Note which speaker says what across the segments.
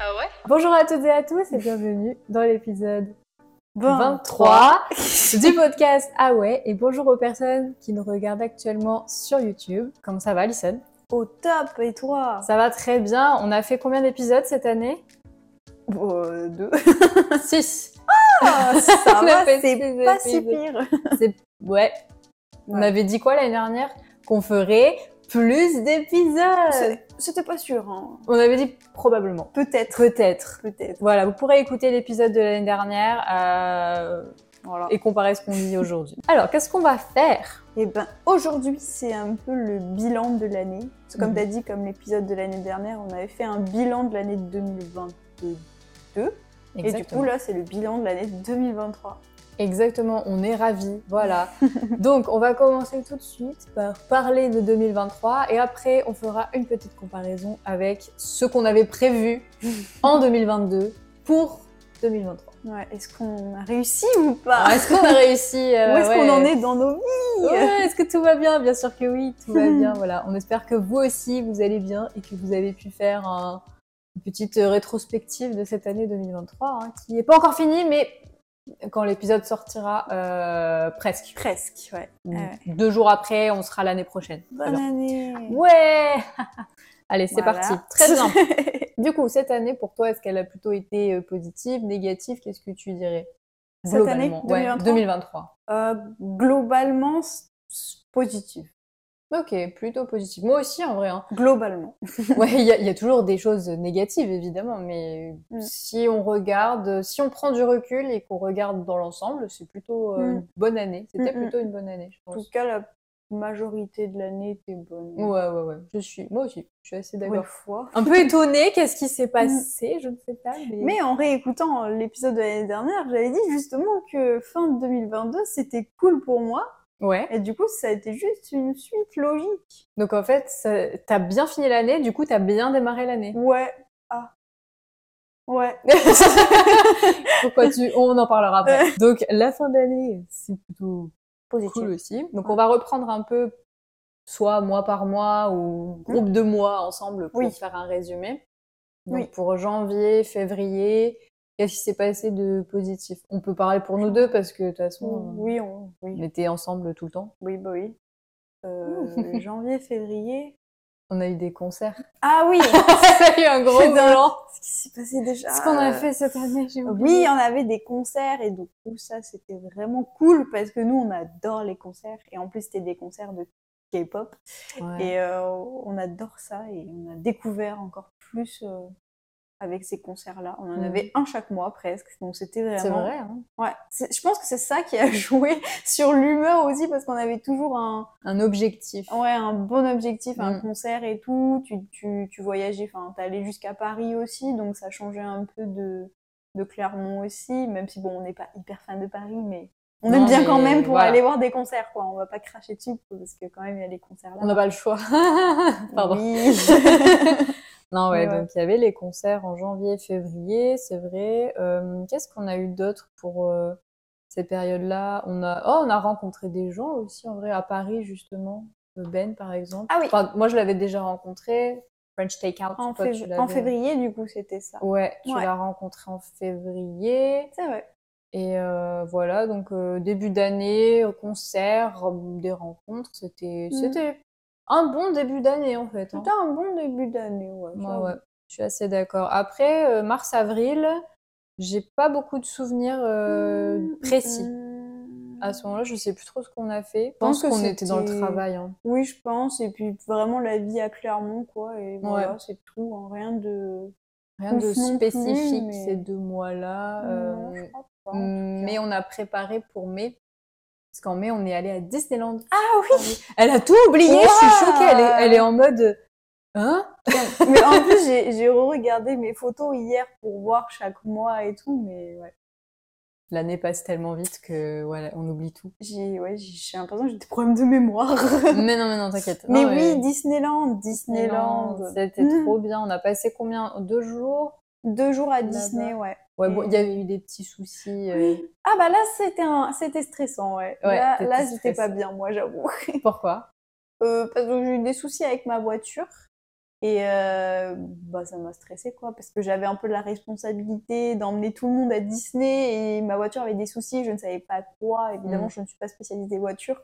Speaker 1: Ah ouais
Speaker 2: Bonjour à toutes et à tous et bienvenue dans l'épisode
Speaker 3: 23.
Speaker 2: 23 du podcast Ah ouais et bonjour aux personnes qui nous regardent actuellement sur YouTube. Comment ça va, Alison
Speaker 3: Au top, et toi
Speaker 2: Ça va très bien. On a fait combien d'épisodes cette année
Speaker 3: Euh, deux.
Speaker 2: 6.
Speaker 3: Ah,
Speaker 2: On
Speaker 3: ça
Speaker 2: a
Speaker 3: va,
Speaker 2: fait
Speaker 3: c'est
Speaker 2: six
Speaker 3: pas si
Speaker 2: épisodes.
Speaker 3: pire.
Speaker 2: Ouais. On
Speaker 3: Ouais.
Speaker 2: avait dit quoi l'année dernière Qu'on ferait plus d'épisodes.
Speaker 3: C'est- C'était pas sûr, hein.
Speaker 2: On avait dit probablement.
Speaker 3: Peut-être,
Speaker 2: Peut-être.
Speaker 3: peut-être.
Speaker 2: Voilà, vous pourrez écouter l'épisode de l'année dernière euh,
Speaker 3: Voilà.
Speaker 2: et comparer ce qu'on dit aujourd'hui. Alors, qu'est-ce qu'on va faire
Speaker 3: Et ben aujourd'hui, c'est un peu le bilan de l'année. Parce que Comme
Speaker 2: Mhm.
Speaker 3: t'as dit, comme l'épisode de l'année dernière, on avait fait un bilan de l'année 2022. Et du coup, là, c'est le bilan de l'année 2023.
Speaker 2: Exactement, on est ravis, voilà. Donc, on va commencer tout de suite par parler de 2023 et après, on fera une petite comparaison avec ce qu'on avait prévu en 2022 pour 2023.
Speaker 3: Ouais, est-ce qu'on a réussi ou pas
Speaker 2: Alors, Ah, est-ce qu'on a réussi euh,
Speaker 3: Où est-ce
Speaker 2: ouais. Oh.
Speaker 3: qu'on en est dans nos vies
Speaker 2: Ouais, Est-ce que tout va bien Bien sûr que oui, tout va bien, voilà. On espère que vous aussi, vous allez bien et que vous avez pu faire un- une petite rétrospective de cette année 2023 hein, qui n'est pas encore finie, mais quand l'épisode sortira, euh, presque.
Speaker 3: Presque, ouais. Ah Ouais.
Speaker 2: Deux jours après, on sera l'année prochaine.
Speaker 3: Bonne
Speaker 2: Alors.
Speaker 3: année
Speaker 2: Ouais Allez, c'est
Speaker 3: Voilà.
Speaker 2: parti. Très bien. Du coup, cette année, pour toi, est-ce qu'elle a plutôt été euh, positive, négative Qu'est-ce que tu dirais
Speaker 3: Cette année,
Speaker 2: Globalement. Ouais,
Speaker 3: 2023?
Speaker 2: 2023.
Speaker 3: Euh, globalement, s- s- positif.
Speaker 2: Ok, plutôt positive. Moi aussi, en vrai. hein.
Speaker 3: Globalement.
Speaker 2: Ouais, il y, a- il y a toujours des choses négatives, évidemment, mais
Speaker 3: Mm.
Speaker 2: si on regarde, si on prend du recul et qu'on regarde dans l'ensemble, c'est plutôt euh,
Speaker 3: Mm.
Speaker 2: une bonne année. C'était
Speaker 3: Mm, mm.
Speaker 2: plutôt une bonne année, je
Speaker 3: En
Speaker 2: pense.
Speaker 3: tout cas, la majorité de l'année était bonne.
Speaker 2: Ouais, ouais, ouais. Je suis, moi aussi, je suis assez
Speaker 3: Pour
Speaker 2: d'accord.
Speaker 3: une fois.
Speaker 2: Un peu étonnée, qu'est-ce qui s'est passé Je ne sais pas.
Speaker 3: Mm. Mais en réécoutant euh, l'épisode de l'année dernière, j'avais dit justement que fin 2022, c'était cool pour moi.
Speaker 2: ouais.
Speaker 3: Et du coup, ça a été juste une suite logique.
Speaker 2: Donc en fait, ça- t'as bien fini l'année, du coup t'as bien démarré l'année.
Speaker 3: Ouais. Ah. Ouais.
Speaker 2: Pourquoi tu... On en parlera après. Donc la fin d'année, c'est plutôt
Speaker 3: Positif.
Speaker 2: cool aussi. Donc on va reprendre un peu, soit mois par mois ou groupe de mois ensemble pour
Speaker 3: Mm. Oui.
Speaker 2: faire un résumé. Donc
Speaker 3: Oui.
Speaker 2: pour janvier, février, qu'est-ce qui s'est passé de positif On peut parler pour nous deux parce que de toute façon,
Speaker 3: Oui, on...
Speaker 2: on
Speaker 3: oui.
Speaker 2: était ensemble tout le temps.
Speaker 3: Oui, bah oui. Euh, janvier, février.
Speaker 2: On a eu des concerts.
Speaker 3: Ah
Speaker 2: on
Speaker 3: oui
Speaker 2: a eu un gros
Speaker 3: C'est dingue.
Speaker 2: bilan.
Speaker 3: Qu'est-ce qui s'est passé déjà
Speaker 2: Ce qu'on a
Speaker 3: Euh,
Speaker 2: fait cette année, j'ai
Speaker 3: Oui,
Speaker 2: oublié.
Speaker 3: on avait des concerts et donc tout ça, c'était vraiment cool parce que nous, on adore les concerts et en plus, c'était des concerts de K-pop
Speaker 2: Ouais.
Speaker 3: et euh, on adore ça et on a découvert encore plus euh, avec ces concerts-là. On en
Speaker 2: Mhm.
Speaker 3: avait un chaque mois presque, donc c'était vraiment.
Speaker 2: C'est vrai. hein.
Speaker 3: Ouais, c'est- je pense que c'est ça qui a joué sur l'humeur aussi parce qu'on avait toujours un,
Speaker 2: Un objectif.
Speaker 3: Ouais, un bon objectif, un
Speaker 2: Mm.
Speaker 3: concert et tout. Tu, tu, tu voyageais, enfin, t'allais jusqu'à Paris aussi, donc ça changeait un peu de, de Clermont aussi, même si, bon, on n'est pas hyper fan de Paris, mais on
Speaker 2: Non,
Speaker 3: aime bien
Speaker 2: mais
Speaker 3: quand même pour
Speaker 2: voilà.
Speaker 3: aller voir des concerts, quoi. On va pas cracher dessus, parce que quand même, il y a les concerts là.
Speaker 2: On n'a pas le choix. Pardon.
Speaker 3: Oui.
Speaker 2: non, ouais,
Speaker 3: Mais ouais.
Speaker 2: donc il y avait les concerts en janvier, février, c'est vrai. Euh, Qu'est-ce qu'on a eu d'autre pour euh, ces périodes-là On a, oh, on a rencontré des gens aussi en vrai à Paris justement. Euh, Ben par exemple.
Speaker 3: Ah oui.
Speaker 2: Enfin, moi je l'avais déjà rencontré. French Takeout.
Speaker 3: en,
Speaker 2: toi, tu
Speaker 3: fév-
Speaker 2: l'avais-
Speaker 3: en février, du coup, c'était ça.
Speaker 2: Ouais, tu
Speaker 3: Ouais.
Speaker 2: l'as rencontré en février.
Speaker 3: C'est vrai.
Speaker 2: Et euh, voilà, donc euh, début d'année, euh, concert, euh, des rencontres, c'était
Speaker 3: Mhm.
Speaker 2: c'était un bon début d'année en fait. hein.
Speaker 3: C'était un bon début d'année, ouais.
Speaker 2: Ouais,
Speaker 3: ça,
Speaker 2: ouais, je suis assez d'accord. Après, euh, mars-avril, j'ai pas beaucoup de souvenirs euh,
Speaker 3: Mm,
Speaker 2: précis.
Speaker 3: mm.
Speaker 2: À ce moment-là, je sais plus trop ce qu'on a fait. Je
Speaker 3: pense
Speaker 2: pense
Speaker 3: que
Speaker 2: qu'on était dans le
Speaker 3: c'était-
Speaker 2: travail. hein.
Speaker 3: Oui, je pense. Et puis vraiment la vie à Clermont, quoi. Et voilà, c'est tout. hein, Rien de.
Speaker 2: Rien de
Speaker 3: Ouf non plus,
Speaker 2: spécifique
Speaker 3: mais-
Speaker 2: ces deux mois-là. euh, mmh,
Speaker 3: Non, je crois pas, en tout
Speaker 2: mais on a préparé pour mai. Parce qu'en mai, on est allé à Disneyland.
Speaker 3: Ah oui
Speaker 2: Elle a tout oublié, je suis
Speaker 3: Ouah
Speaker 2: choquée. Elle est, elle est en mode. Hein
Speaker 3: Mais en plus, j'ai j'ai re-regardé mes photos hier pour voir chaque mois et tout, mais ouais.
Speaker 2: L'année passe tellement vite que voilà, on oublie tout.
Speaker 3: J'ai ouais, j'ai- j'ai l'impression que j'ai des problèmes de mémoire.
Speaker 2: mais non, mais non, t'inquiète.
Speaker 3: mais,
Speaker 2: Non,
Speaker 3: oui, Disneyland, Ah Disneyland.
Speaker 2: C'était
Speaker 3: Mm.
Speaker 2: trop bien. On a passé combien Deux jours
Speaker 3: Deux jours à
Speaker 2: Là-bas.
Speaker 3: Disney, ouais.
Speaker 2: Ouais,
Speaker 3: Et-
Speaker 2: bon, il y avait eu des petits soucis. euh,
Speaker 3: Ah bah là, c'était un... c'était stressant, ouais.
Speaker 2: Ouais,
Speaker 3: là,
Speaker 2: c'était
Speaker 3: là j'étais pas
Speaker 2: stressant.
Speaker 3: bien, moi, j'avoue.
Speaker 2: Pourquoi
Speaker 3: Euh, parce que j'ai eu des soucis avec ma voiture. Et euh, bah, ça m'a stressée, quoi, parce que j'avais un peu la responsabilité d'emmener tout le monde à Disney et ma voiture avait des soucis, je ne savais pas quoi. Évidemment,
Speaker 2: Mm.
Speaker 3: je ne suis pas spécialisée voiture,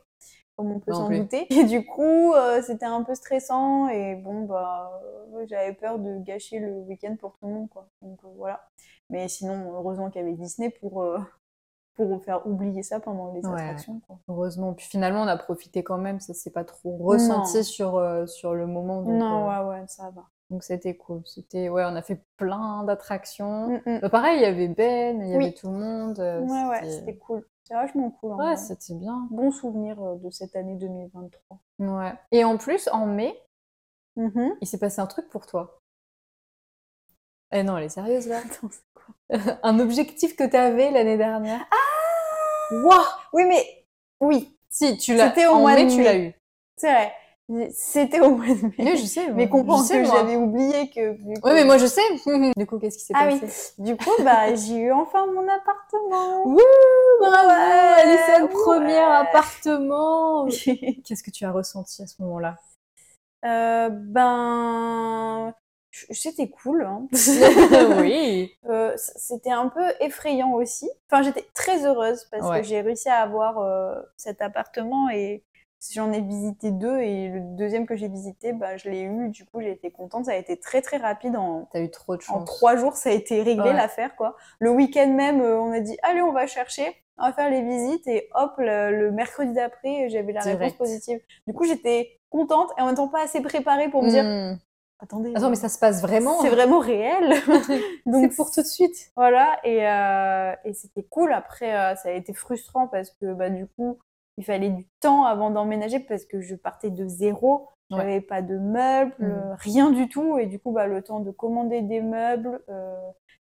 Speaker 3: comme on peut
Speaker 2: Non
Speaker 3: s'en
Speaker 2: plus.
Speaker 3: douter. Et du coup, euh, c'était un peu stressant et bon, bah, euh, j'avais peur de gâcher le week-end pour tout le monde, quoi. Donc euh, voilà. Mais sinon, heureusement qu'il y avait Disney pour, euh, pour faire oublier ça pendant les
Speaker 2: Ouais.
Speaker 3: attractions, quoi.
Speaker 2: Heureusement. Puis finalement, on a profité quand même. Ça s'est pas trop ressenti sur, euh, sur le moment. Donc,
Speaker 3: non,
Speaker 2: euh,
Speaker 3: ouais, ouais, ça va.
Speaker 2: donc c'était cool. C'était, ouais, on a fait plein d'attractions.
Speaker 3: Mm, mm.
Speaker 2: Bah, pareil, il y avait Ben, il y
Speaker 3: Oui.
Speaker 2: avait tout le monde. euh,
Speaker 3: Ouais, ouais,
Speaker 2: c'était-
Speaker 3: c'était cool. C'est vachement cool. en
Speaker 2: Ouais,
Speaker 3: vrai.
Speaker 2: c'était bien.
Speaker 3: bon souvenir euh, de cette année 2023.
Speaker 2: Ouais. Et en plus, en mai, il s'est passé un truc pour toi. Eh non, elle est sérieuse là.
Speaker 3: Attends, c'est quoi
Speaker 2: un objectif que tu avais l'année dernière. Ah Wouah
Speaker 3: Oui, mais oui,
Speaker 2: Si, tu l'as.
Speaker 3: C'était au
Speaker 2: en
Speaker 3: mois
Speaker 2: mai,
Speaker 3: de
Speaker 2: tu
Speaker 3: mai.
Speaker 2: l'as eu.
Speaker 3: c'est vrai. C'était au mois de mai.
Speaker 2: Mais je sais.
Speaker 3: mais
Speaker 2: moi.
Speaker 3: comprends
Speaker 2: Je sais,
Speaker 3: que
Speaker 2: moi.
Speaker 3: j'avais oublié que. vu
Speaker 2: Oui,
Speaker 3: que-
Speaker 2: mais moi je sais. du coup, qu'est-ce qui s'est
Speaker 3: Ah oui.
Speaker 2: passé
Speaker 3: Du coup, bah, j'ai eu enfin mon appartement.
Speaker 2: Bravo,
Speaker 3: Ouais,
Speaker 2: Alison,
Speaker 3: ouais.
Speaker 2: premier appartement. Qu'est-ce que tu as ressenti à ce moment-là
Speaker 3: Euh, ben. je- C'était cool. hein.
Speaker 2: Oui.
Speaker 3: Euh, c- c'était un peu effrayant aussi. Enfin, j'étais très heureuse parce
Speaker 2: Ouais.
Speaker 3: que j'ai réussi à avoir euh, cet appartement et j'en ai visité deux et le deuxième que j'ai visité, bah, je l'ai eu. Du coup, j'ai été contente. Ça a été très très rapide. En,
Speaker 2: T'as eu trop de chance.
Speaker 3: en trois jours, ça a été réglé
Speaker 2: Ouais.
Speaker 3: l'affaire quoi. Le week-end même, euh, on a dit allez, on va chercher, on va faire les visites et hop, le, le mercredi d'après, j'avais la réponse
Speaker 2: Direct.
Speaker 3: positive. Du coup, j'étais contente et en même temps pas assez préparée pour me dire
Speaker 2: Hmm.
Speaker 3: attendez.
Speaker 2: Attends, mais ça se passe vraiment hein
Speaker 3: c'est vraiment réel. Donc
Speaker 2: C'est pour tout de suite.
Speaker 3: voilà, et, euh, et c'était cool. Après, euh, ça a été frustrant parce que bah, du coup, il fallait du temps avant d'emménager parce que je partais de zéro.
Speaker 2: Ouais.
Speaker 3: J'avais pas de meubles,
Speaker 2: Mhm.
Speaker 3: euh, rien du tout. Et du coup, bah, le temps de commander des meubles, euh,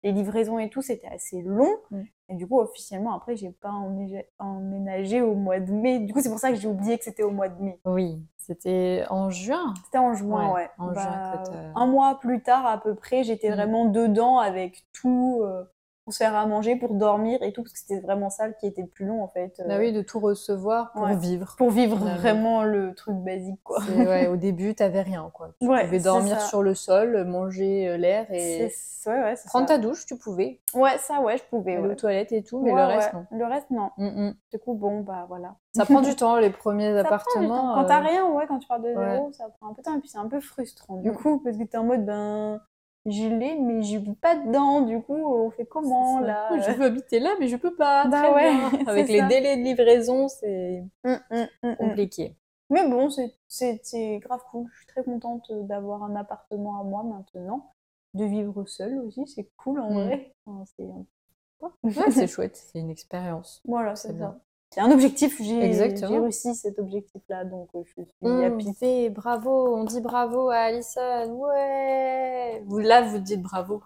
Speaker 3: les livraisons et tout, c'était assez long.
Speaker 2: Mhm.
Speaker 3: Et du coup, officiellement, après, j'ai pas emménagé, emménagé au mois de mai. Du coup, c'est pour ça que j'ai oublié que c'était au mois de mai.
Speaker 2: Oui, c'était en juin.
Speaker 3: C'était en juin, ouais.
Speaker 2: Ouais,
Speaker 3: Bah,
Speaker 2: en juin euh, que t'as-
Speaker 3: un mois plus tard, à peu près, j'étais
Speaker 2: Mm.
Speaker 3: vraiment dedans avec tout euh, pour se faire à manger, pour dormir et tout, parce que c'était vraiment ça qui était le plus long, en fait. euh,
Speaker 2: Bah oui, Bah de tout recevoir pour
Speaker 3: ouais.
Speaker 2: vivre.
Speaker 3: Pour vivre
Speaker 2: Finalement.
Speaker 3: vraiment le truc basique, quoi.
Speaker 2: C'est- ouais, au début, t'avais rien, quoi. Tu
Speaker 3: Ouais,
Speaker 2: pouvais
Speaker 3: c'est
Speaker 2: dormir
Speaker 3: ça.
Speaker 2: sur le sol, manger euh, l'air
Speaker 3: C'est...
Speaker 2: et
Speaker 3: Ouais, ouais, c'est
Speaker 2: prendre
Speaker 3: ça.
Speaker 2: ta douche, tu pouvais.
Speaker 3: Ouais, ça, ouais, je pouvais.
Speaker 2: Aller
Speaker 3: ouais.
Speaker 2: aux toilettes et tout, mais
Speaker 3: Ouais,
Speaker 2: le reste,
Speaker 3: ouais.
Speaker 2: non.
Speaker 3: Le reste, non.
Speaker 2: Mm, mm.
Speaker 3: Du coup, bon, bah voilà.
Speaker 2: Ça prend du temps, les premiers
Speaker 3: Ça prend du temps.
Speaker 2: appartements.
Speaker 3: Quand t'as
Speaker 2: euh,
Speaker 3: rien, ouais, quand tu pars de
Speaker 2: ouais.
Speaker 3: zéro, ça prend un peu de temps. Et puis c'est un peu frustrant, du
Speaker 2: Mm.
Speaker 3: coup, parce que t'es en mode, ben, je l'ai, mais je vis pas dedans. Du coup, on fait comment,
Speaker 2: euh, c'est-
Speaker 3: là euh.
Speaker 2: Je veux habiter là, mais je peux pas.
Speaker 3: Bah
Speaker 2: très
Speaker 3: ouais,
Speaker 2: bien.
Speaker 3: c'est
Speaker 2: Avec les
Speaker 3: ça.
Speaker 2: délais de livraison, c'est
Speaker 3: Mm, mm, mm, mm.
Speaker 2: compliqué.
Speaker 3: Mais bon, c'est- c'était grave cool. Je suis très contente euh, d'avoir un appartement à moi maintenant. De vivre seule aussi, c'est cool en
Speaker 2: Mm.
Speaker 3: vrai. Enfin, c'est-
Speaker 2: Ouais, c'est chouette, c'est une expérience.
Speaker 3: voilà,
Speaker 2: C'est
Speaker 3: c'est ça.
Speaker 2: bien.
Speaker 3: C'est un objectif, j'ai j'ai
Speaker 2: Exactement. Mm.
Speaker 3: réussi cet objectif-là, donc euh, je suis happy.
Speaker 2: fait bravo, on dit bravo à Alison, ouais. Vous, là, vous dites bravo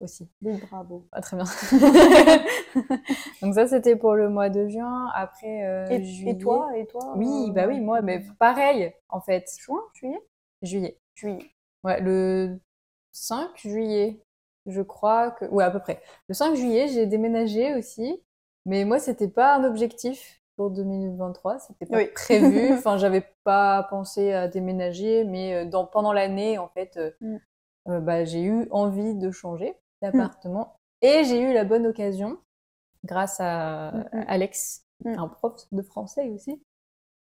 Speaker 2: aussi.
Speaker 3: Des bravo.
Speaker 2: Ah, très bien. Donc ça, c'était pour le mois de juin. Après, euh,
Speaker 3: Et,
Speaker 2: juillet.
Speaker 3: et toi, et toi
Speaker 2: Oui,
Speaker 3: euh,
Speaker 2: bah oui, moi, mais pareil, en fait.
Speaker 3: Juin, juillet
Speaker 2: Juillet.
Speaker 3: Juillet.
Speaker 2: Ouais, le 5 juillet, je crois que... Ouais, à peu près. Le 5 juillet, j'ai déménagé aussi. Mais moi, c'était pas un objectif pour 2023. C'était pas
Speaker 3: Oui.
Speaker 2: prévu. Enfin, j'avais pas pensé à déménager. Mais euh, dans, pendant l'année, en fait, euh,
Speaker 3: Mm.
Speaker 2: euh, bah, j'ai eu envie de changer
Speaker 3: Hmm.
Speaker 2: d'appartement. Et j'ai eu la bonne occasion, grâce à
Speaker 3: Mm, mm.
Speaker 2: Alex,
Speaker 3: Mm.
Speaker 2: un prof de français aussi,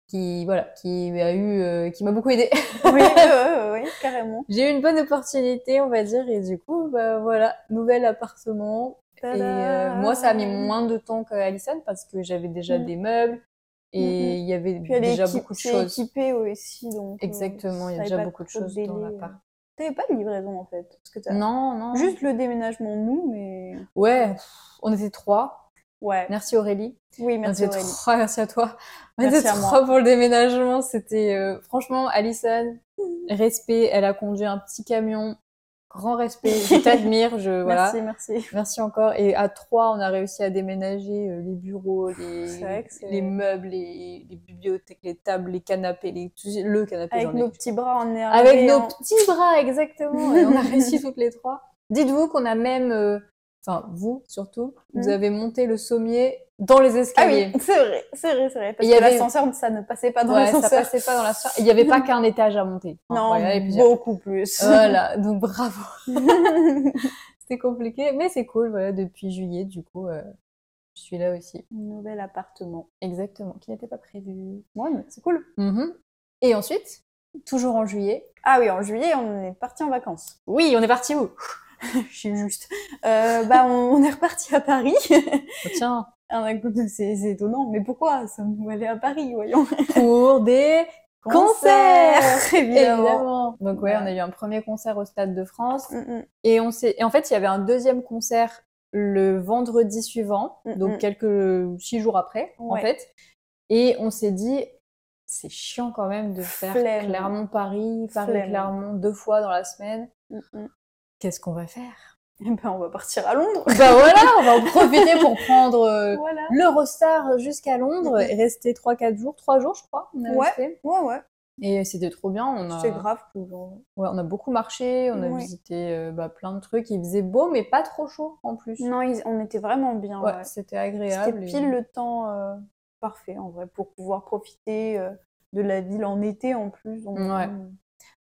Speaker 2: qui, voilà, qui a eu... euh, qui m'a beaucoup aidé.
Speaker 3: Oui, oui, oui, oui, carrément.
Speaker 2: J'ai eu une bonne opportunité, on va dire, et du coup, bah, voilà, nouvel appartement. Et euh, moi, ça a mis moins de temps qu'Alison parce que j'avais déjà
Speaker 3: Mm.
Speaker 2: des meubles et
Speaker 3: Mm, mm.
Speaker 2: il y avait
Speaker 3: Puis elle est
Speaker 2: déjà
Speaker 3: équip-
Speaker 2: beaucoup de
Speaker 3: c'est
Speaker 2: choses.
Speaker 3: équipée aussi, donc. euh,
Speaker 2: Exactement, il y a
Speaker 3: ça
Speaker 2: déjà
Speaker 3: pas
Speaker 2: beaucoup de
Speaker 3: trop
Speaker 2: choses dans
Speaker 3: délai,
Speaker 2: l'appart.
Speaker 3: euh. T'avais pas de livraison en fait. Parce que t'as-
Speaker 2: Non, non.
Speaker 3: Juste le déménagement, nous, mais.
Speaker 2: Ouais, pff, on était trois.
Speaker 3: Ouais.
Speaker 2: Merci Aurélie.
Speaker 3: Oui, merci
Speaker 2: on était
Speaker 3: Aurélie.
Speaker 2: trois, merci à toi. On
Speaker 3: Merci
Speaker 2: était
Speaker 3: à moi.
Speaker 2: trois pour le déménagement. C'était euh, franchement, Alison, respect. Elle a conduit un petit camion. Grand respect. Je t'admire. Je voilà.
Speaker 3: Merci, merci.
Speaker 2: Merci encore. Et à trois, on a réussi à déménager euh, les bureaux,
Speaker 3: C'est vrai
Speaker 2: les,
Speaker 3: que c'est-
Speaker 2: les meubles, les, les bibliothèques, les tables, les canapés, les, le canapé.
Speaker 3: Avec
Speaker 2: j'en ai-
Speaker 3: nos petits bras en air.
Speaker 2: Avec nos petits bras, exactement. Et on a réussi toutes les trois. Dites-vous qu'on a même euh, enfin vous surtout, vous
Speaker 3: Mhm.
Speaker 2: avez monté le sommier dans les
Speaker 3: Ah
Speaker 2: escaliers.
Speaker 3: oui, c'est vrai, c'est vrai, c'est vrai. Parce
Speaker 2: Il y
Speaker 3: que
Speaker 2: avait-
Speaker 3: l'ascenseur, ça ne passait pas dans
Speaker 2: Ouais, ça
Speaker 3: l'ascenseur.
Speaker 2: passait pas dans la soirée. Il n'y avait pas qu'un étage à monter. hein.
Speaker 3: Non,
Speaker 2: Ouais, il y avait plusieurs.
Speaker 3: beaucoup plus.
Speaker 2: Voilà, donc bravo. C'était compliqué, mais c'est cool. Voilà, depuis juillet, du coup, euh, je suis là aussi.
Speaker 3: Nouvel appartement.
Speaker 2: Exactement, qui n'était pas prévu.
Speaker 3: Ouais, mais c'est cool.
Speaker 2: Mhm. Et ensuite, toujours en juillet.
Speaker 3: Ah oui, en juillet, on est parti en vacances.
Speaker 2: Oui, on est parti où
Speaker 3: Je suis juste. Euh, bah, on, on est reparti à Paris.
Speaker 2: Oh, Tiens,
Speaker 3: Ah, bah, écoute, c'est c'est étonnant, mais pourquoi sommes-nous allés à Paris, voyons
Speaker 2: pour des
Speaker 3: Concert, évidemment.
Speaker 2: évidemment. Donc ouais,
Speaker 3: Ouais.
Speaker 2: on a eu un premier concert au Stade de France
Speaker 3: Mm, mm.
Speaker 2: et on s'est et en fait, il y avait un deuxième concert le vendredi suivant,
Speaker 3: Mm, mm.
Speaker 2: donc quelques six jours après en
Speaker 3: Ouais.
Speaker 2: fait. Et on s'est dit c'est chiant quand même de faire
Speaker 3: Flemme.
Speaker 2: Clermont Paris, Paris
Speaker 3: Flemme.
Speaker 2: Clermont deux fois dans la semaine.
Speaker 3: Mm, mm.
Speaker 2: Qu'est-ce qu'on va faire
Speaker 3: Eh ben, on va partir à Londres.
Speaker 2: Bah voilà, on va en profiter pour prendre euh,
Speaker 3: Voilà.
Speaker 2: l'Eurostar jusqu'à Londres
Speaker 3: Mm, mm.
Speaker 2: et rester 3 4 jours, 3 jours je crois, on est
Speaker 3: Ouais.
Speaker 2: resté.
Speaker 3: Ouais, ouais.
Speaker 2: Et c'était trop bien, on a
Speaker 3: C'est grave cool. hein.
Speaker 2: Ouais, on a beaucoup marché, on a
Speaker 3: Ouais.
Speaker 2: visité euh, bah, plein de trucs. Il faisait beau, mais pas trop chaud en plus.
Speaker 3: Non, ils- on était vraiment bien.
Speaker 2: Ouais,
Speaker 3: ouais.
Speaker 2: c'était
Speaker 3: C'était
Speaker 2: agréable. et-
Speaker 3: pile le temps euh, parfait en vrai pour pouvoir profiter euh, de la ville en été en plus. donc,
Speaker 2: Ouais.
Speaker 3: euh,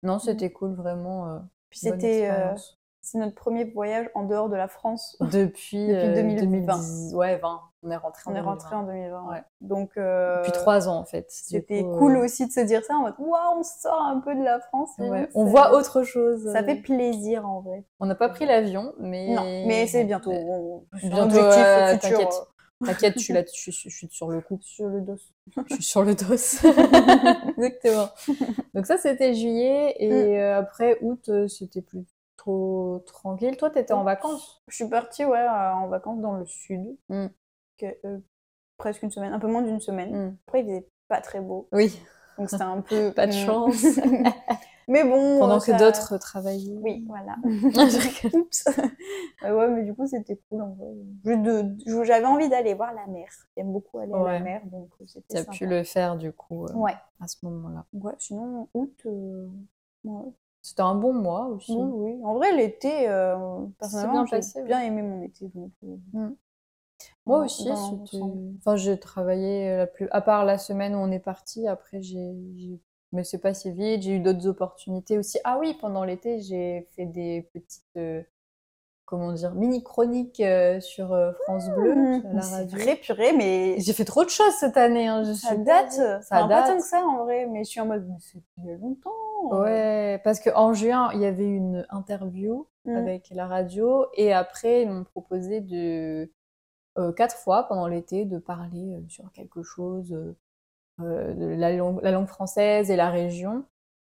Speaker 2: Non, c'était cool, vraiment. euh,
Speaker 3: Puis
Speaker 2: bonne
Speaker 3: c'était euh,
Speaker 2: expérience.
Speaker 3: c'est notre premier voyage en dehors de la France.
Speaker 2: Depuis,
Speaker 3: depuis
Speaker 2: euh,
Speaker 3: 2020.
Speaker 2: 2010 Ouais, 20. On est rentré en
Speaker 3: On est
Speaker 2: 2020.
Speaker 3: rentré en 2020.
Speaker 2: Ouais.
Speaker 3: Donc euh,
Speaker 2: Depuis 3 ans en fait. Du
Speaker 3: c'était
Speaker 2: coup, euh,
Speaker 3: cool aussi de se dire ça en mode waouh on sort un peu de la France.
Speaker 2: ouais,
Speaker 3: vraiment,
Speaker 2: On
Speaker 3: ça-
Speaker 2: voit autre chose.
Speaker 3: Ça fait plaisir en vrai.
Speaker 2: On n'a pas pris l'avion, mais.
Speaker 3: Non, mais c'est bientôt.
Speaker 2: Mais-
Speaker 3: on- c'est un
Speaker 2: Bientôt,
Speaker 3: objectif
Speaker 2: ouais,
Speaker 3: au futur.
Speaker 2: t'inquiète. T'inquiète, je suis là, je suis, je suis sur le coup.
Speaker 3: Sur le dos.
Speaker 2: je suis sur le dos. Exactement. Donc ça, c'était juillet. Et
Speaker 3: Mm.
Speaker 2: euh, après, août, euh, c'était plus trop tranquille. Toi, t'étais en vacances
Speaker 3: Je suis partie ouais, euh, en vacances dans le sud.
Speaker 2: Mm.
Speaker 3: Que- euh, presque une semaine, un peu moins d'une semaine. Après, il faisait pas très beau.
Speaker 2: Mm. Oui,
Speaker 3: Donc, c'était un peu.
Speaker 2: pas de
Speaker 3: Mm.
Speaker 2: chance.
Speaker 3: Mais bon.
Speaker 2: Pendant
Speaker 3: euh,
Speaker 2: que
Speaker 3: ça-
Speaker 2: d'autres Mm. travaillaient.
Speaker 3: Oui, voilà.
Speaker 2: Je rigole.
Speaker 3: Oups. ouais, ouais, mais du coup, c'était cool en vrai. Juste de- je- J'avais envie d'aller voir la mer. J'aime beaucoup aller à
Speaker 2: Ouais.
Speaker 3: la mer, donc euh, c'était
Speaker 2: T'as
Speaker 3: sympa.
Speaker 2: pu le faire, du coup, euh,
Speaker 3: Ouais.
Speaker 2: à ce moment-là.
Speaker 3: Ouais, sinon, en août. euh, ouais.
Speaker 2: C'était un bon mois aussi.
Speaker 3: Oui, oui. En vrai, l'été, euh, personnellement, j'ai
Speaker 2: bien passé,
Speaker 3: bien,
Speaker 2: ouais.
Speaker 3: aimé mon été. donc, euh,
Speaker 2: Mm. Moi
Speaker 3: dans-
Speaker 2: aussi,
Speaker 3: dans
Speaker 2: c'était...
Speaker 3: l'ensemble.
Speaker 2: Enfin, j'ai travaillé euh, la plus... À part la semaine où on est parti, après, j'ai... j'ai- Mais c'est pas si vite, j'ai eu d'autres opportunités aussi. Ah oui, pendant l'été, j'ai fait des petites... euh, comment dire Mini-chroniques euh, sur euh, France Bleu,
Speaker 3: Mmh,
Speaker 2: sur
Speaker 3: mais
Speaker 2: la
Speaker 3: c'est
Speaker 2: radio.
Speaker 3: vrai, Ah purée, mais
Speaker 2: Et J'ai fait trop de choses cette année, hein, je
Speaker 3: ça
Speaker 2: suis
Speaker 3: date.
Speaker 2: perdue.
Speaker 3: Ça
Speaker 2: Ça
Speaker 3: pas
Speaker 2: date.
Speaker 3: tant que ça en vrai, mais je suis en mode, mais c'est il y a longtemps. euh.
Speaker 2: Ouais, parce qu'en juin, il y avait une interview
Speaker 3: Mm.
Speaker 2: avec la radio et après, ils m'ont proposé de euh, quatre fois pendant l'été de parler euh, sur quelque chose euh, euh, de la langue, la langue française et la région.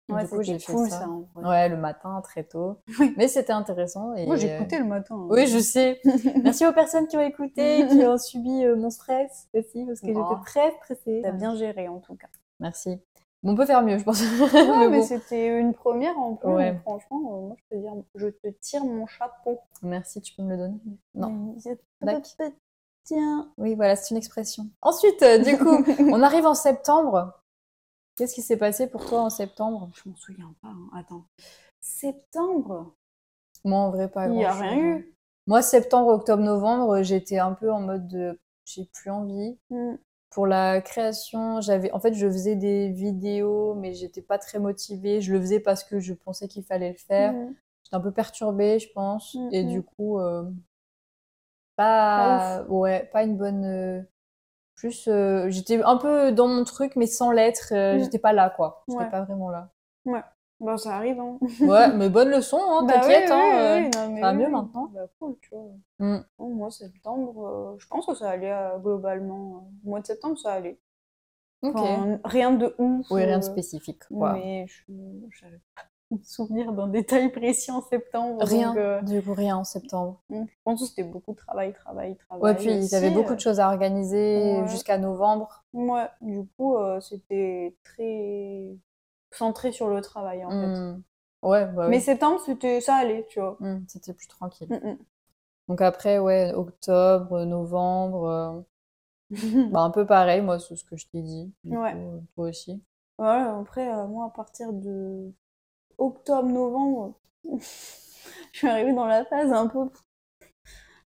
Speaker 2: Et
Speaker 3: Ouais,
Speaker 2: du coup, j'ai
Speaker 3: c'était
Speaker 2: fait
Speaker 3: cool
Speaker 2: ça.
Speaker 3: ça. en vrai.
Speaker 2: Ouais, le matin, très tôt.
Speaker 3: Oui.
Speaker 2: Mais c'était intéressant. Et,
Speaker 3: Moi, j'écoutais le matin. hein.
Speaker 2: euh, Oui, je sais. Merci aux personnes qui ont écouté et qui ont subi euh, mon stress aussi, parce que
Speaker 3: Oh.
Speaker 2: j'étais très stressée.
Speaker 3: T'as bien géré en tout cas.
Speaker 2: Merci. Bon, on peut faire mieux, je pense.
Speaker 3: Ouais, mais,
Speaker 2: Mais bon.
Speaker 3: c'était une première en plus.
Speaker 2: Ouais.
Speaker 3: donc Franchement, euh, moi, je peux dire, je te tire mon chapeau.
Speaker 2: Merci, tu peux me le donner. Non.
Speaker 3: Mais c'est-
Speaker 2: Dac.
Speaker 3: Tiens.
Speaker 2: Oui, voilà, c'est une expression. Ensuite, euh, du coup, on arrive en septembre. Qu'est-ce qui s'est passé pour toi en septembre
Speaker 3: Je m'en souviens pas. hein. Attends. Septembre.
Speaker 2: Moi, en vrai, pas
Speaker 3: Il
Speaker 2: grand
Speaker 3: n'y a rien eu.
Speaker 2: Moi, septembre, octobre, novembre, j'étais un peu en mode de... j'ai plus envie.
Speaker 3: Mm.
Speaker 2: Pour la création, j'avais en fait, je faisais des vidéos, mais j'étais pas très motivée. Je le faisais parce que je pensais qu'il fallait le faire.
Speaker 3: Mm.
Speaker 2: J'étais un peu perturbée, je pense.
Speaker 3: Mm,
Speaker 2: Et
Speaker 3: mm.
Speaker 2: du coup, euh, pas, ouais, pas une bonne. euh, Plus, euh, j'étais un peu dans mon truc, mais sans l'être. euh,
Speaker 3: Mm.
Speaker 2: J'étais pas là, quoi. J'étais
Speaker 3: Ouais.
Speaker 2: pas vraiment là.
Speaker 3: Bon, ça arrive. Hein.
Speaker 2: Ouais, mais bonne leçon, hein,
Speaker 3: Bah oui,
Speaker 2: t'inquiète.
Speaker 3: oui,
Speaker 2: hein, euh.
Speaker 3: oui, non, mais
Speaker 2: ça va
Speaker 3: oui,
Speaker 2: mieux
Speaker 3: oui.
Speaker 2: maintenant.
Speaker 3: Bah, cool, tu vois.
Speaker 2: Mm.
Speaker 3: Non, moi, septembre, euh, je pense que ça allait euh, globalement. euh, au mois de septembre, ça allait.
Speaker 2: Ok.
Speaker 3: Enfin, rien de ouf.
Speaker 2: Oui, rien de
Speaker 3: euh,
Speaker 2: spécifique, quoi.
Speaker 3: Mais je n'avais pas me souvenir d'un détail précis en septembre.
Speaker 2: Rien,
Speaker 3: donc, euh, mm.
Speaker 2: du coup, rien en septembre.
Speaker 3: je pense que c'était beaucoup de travail, travail, travail.
Speaker 2: Ouais, puis ils avaient beaucoup de choses à organiser
Speaker 3: euh, ouais.
Speaker 2: jusqu'à novembre.
Speaker 3: Moi, du coup, euh, c'était très centré sur le travail, en fait.
Speaker 2: Mm. Ouais, bah
Speaker 3: Mais
Speaker 2: oui.
Speaker 3: septembre, c'était ça allait, tu vois.
Speaker 2: Mm, c'était plus tranquille.
Speaker 3: Mm,
Speaker 2: Donc après, ouais, octobre, novembre, euh,
Speaker 3: mm.
Speaker 2: bah, un peu pareil, moi, c'est ce que je t'ai dit. du
Speaker 3: Ouais.
Speaker 2: coup, euh, toi aussi.
Speaker 3: Voilà, après, euh, moi, à partir de octobre, novembre, je suis arrivée dans la phase un peu.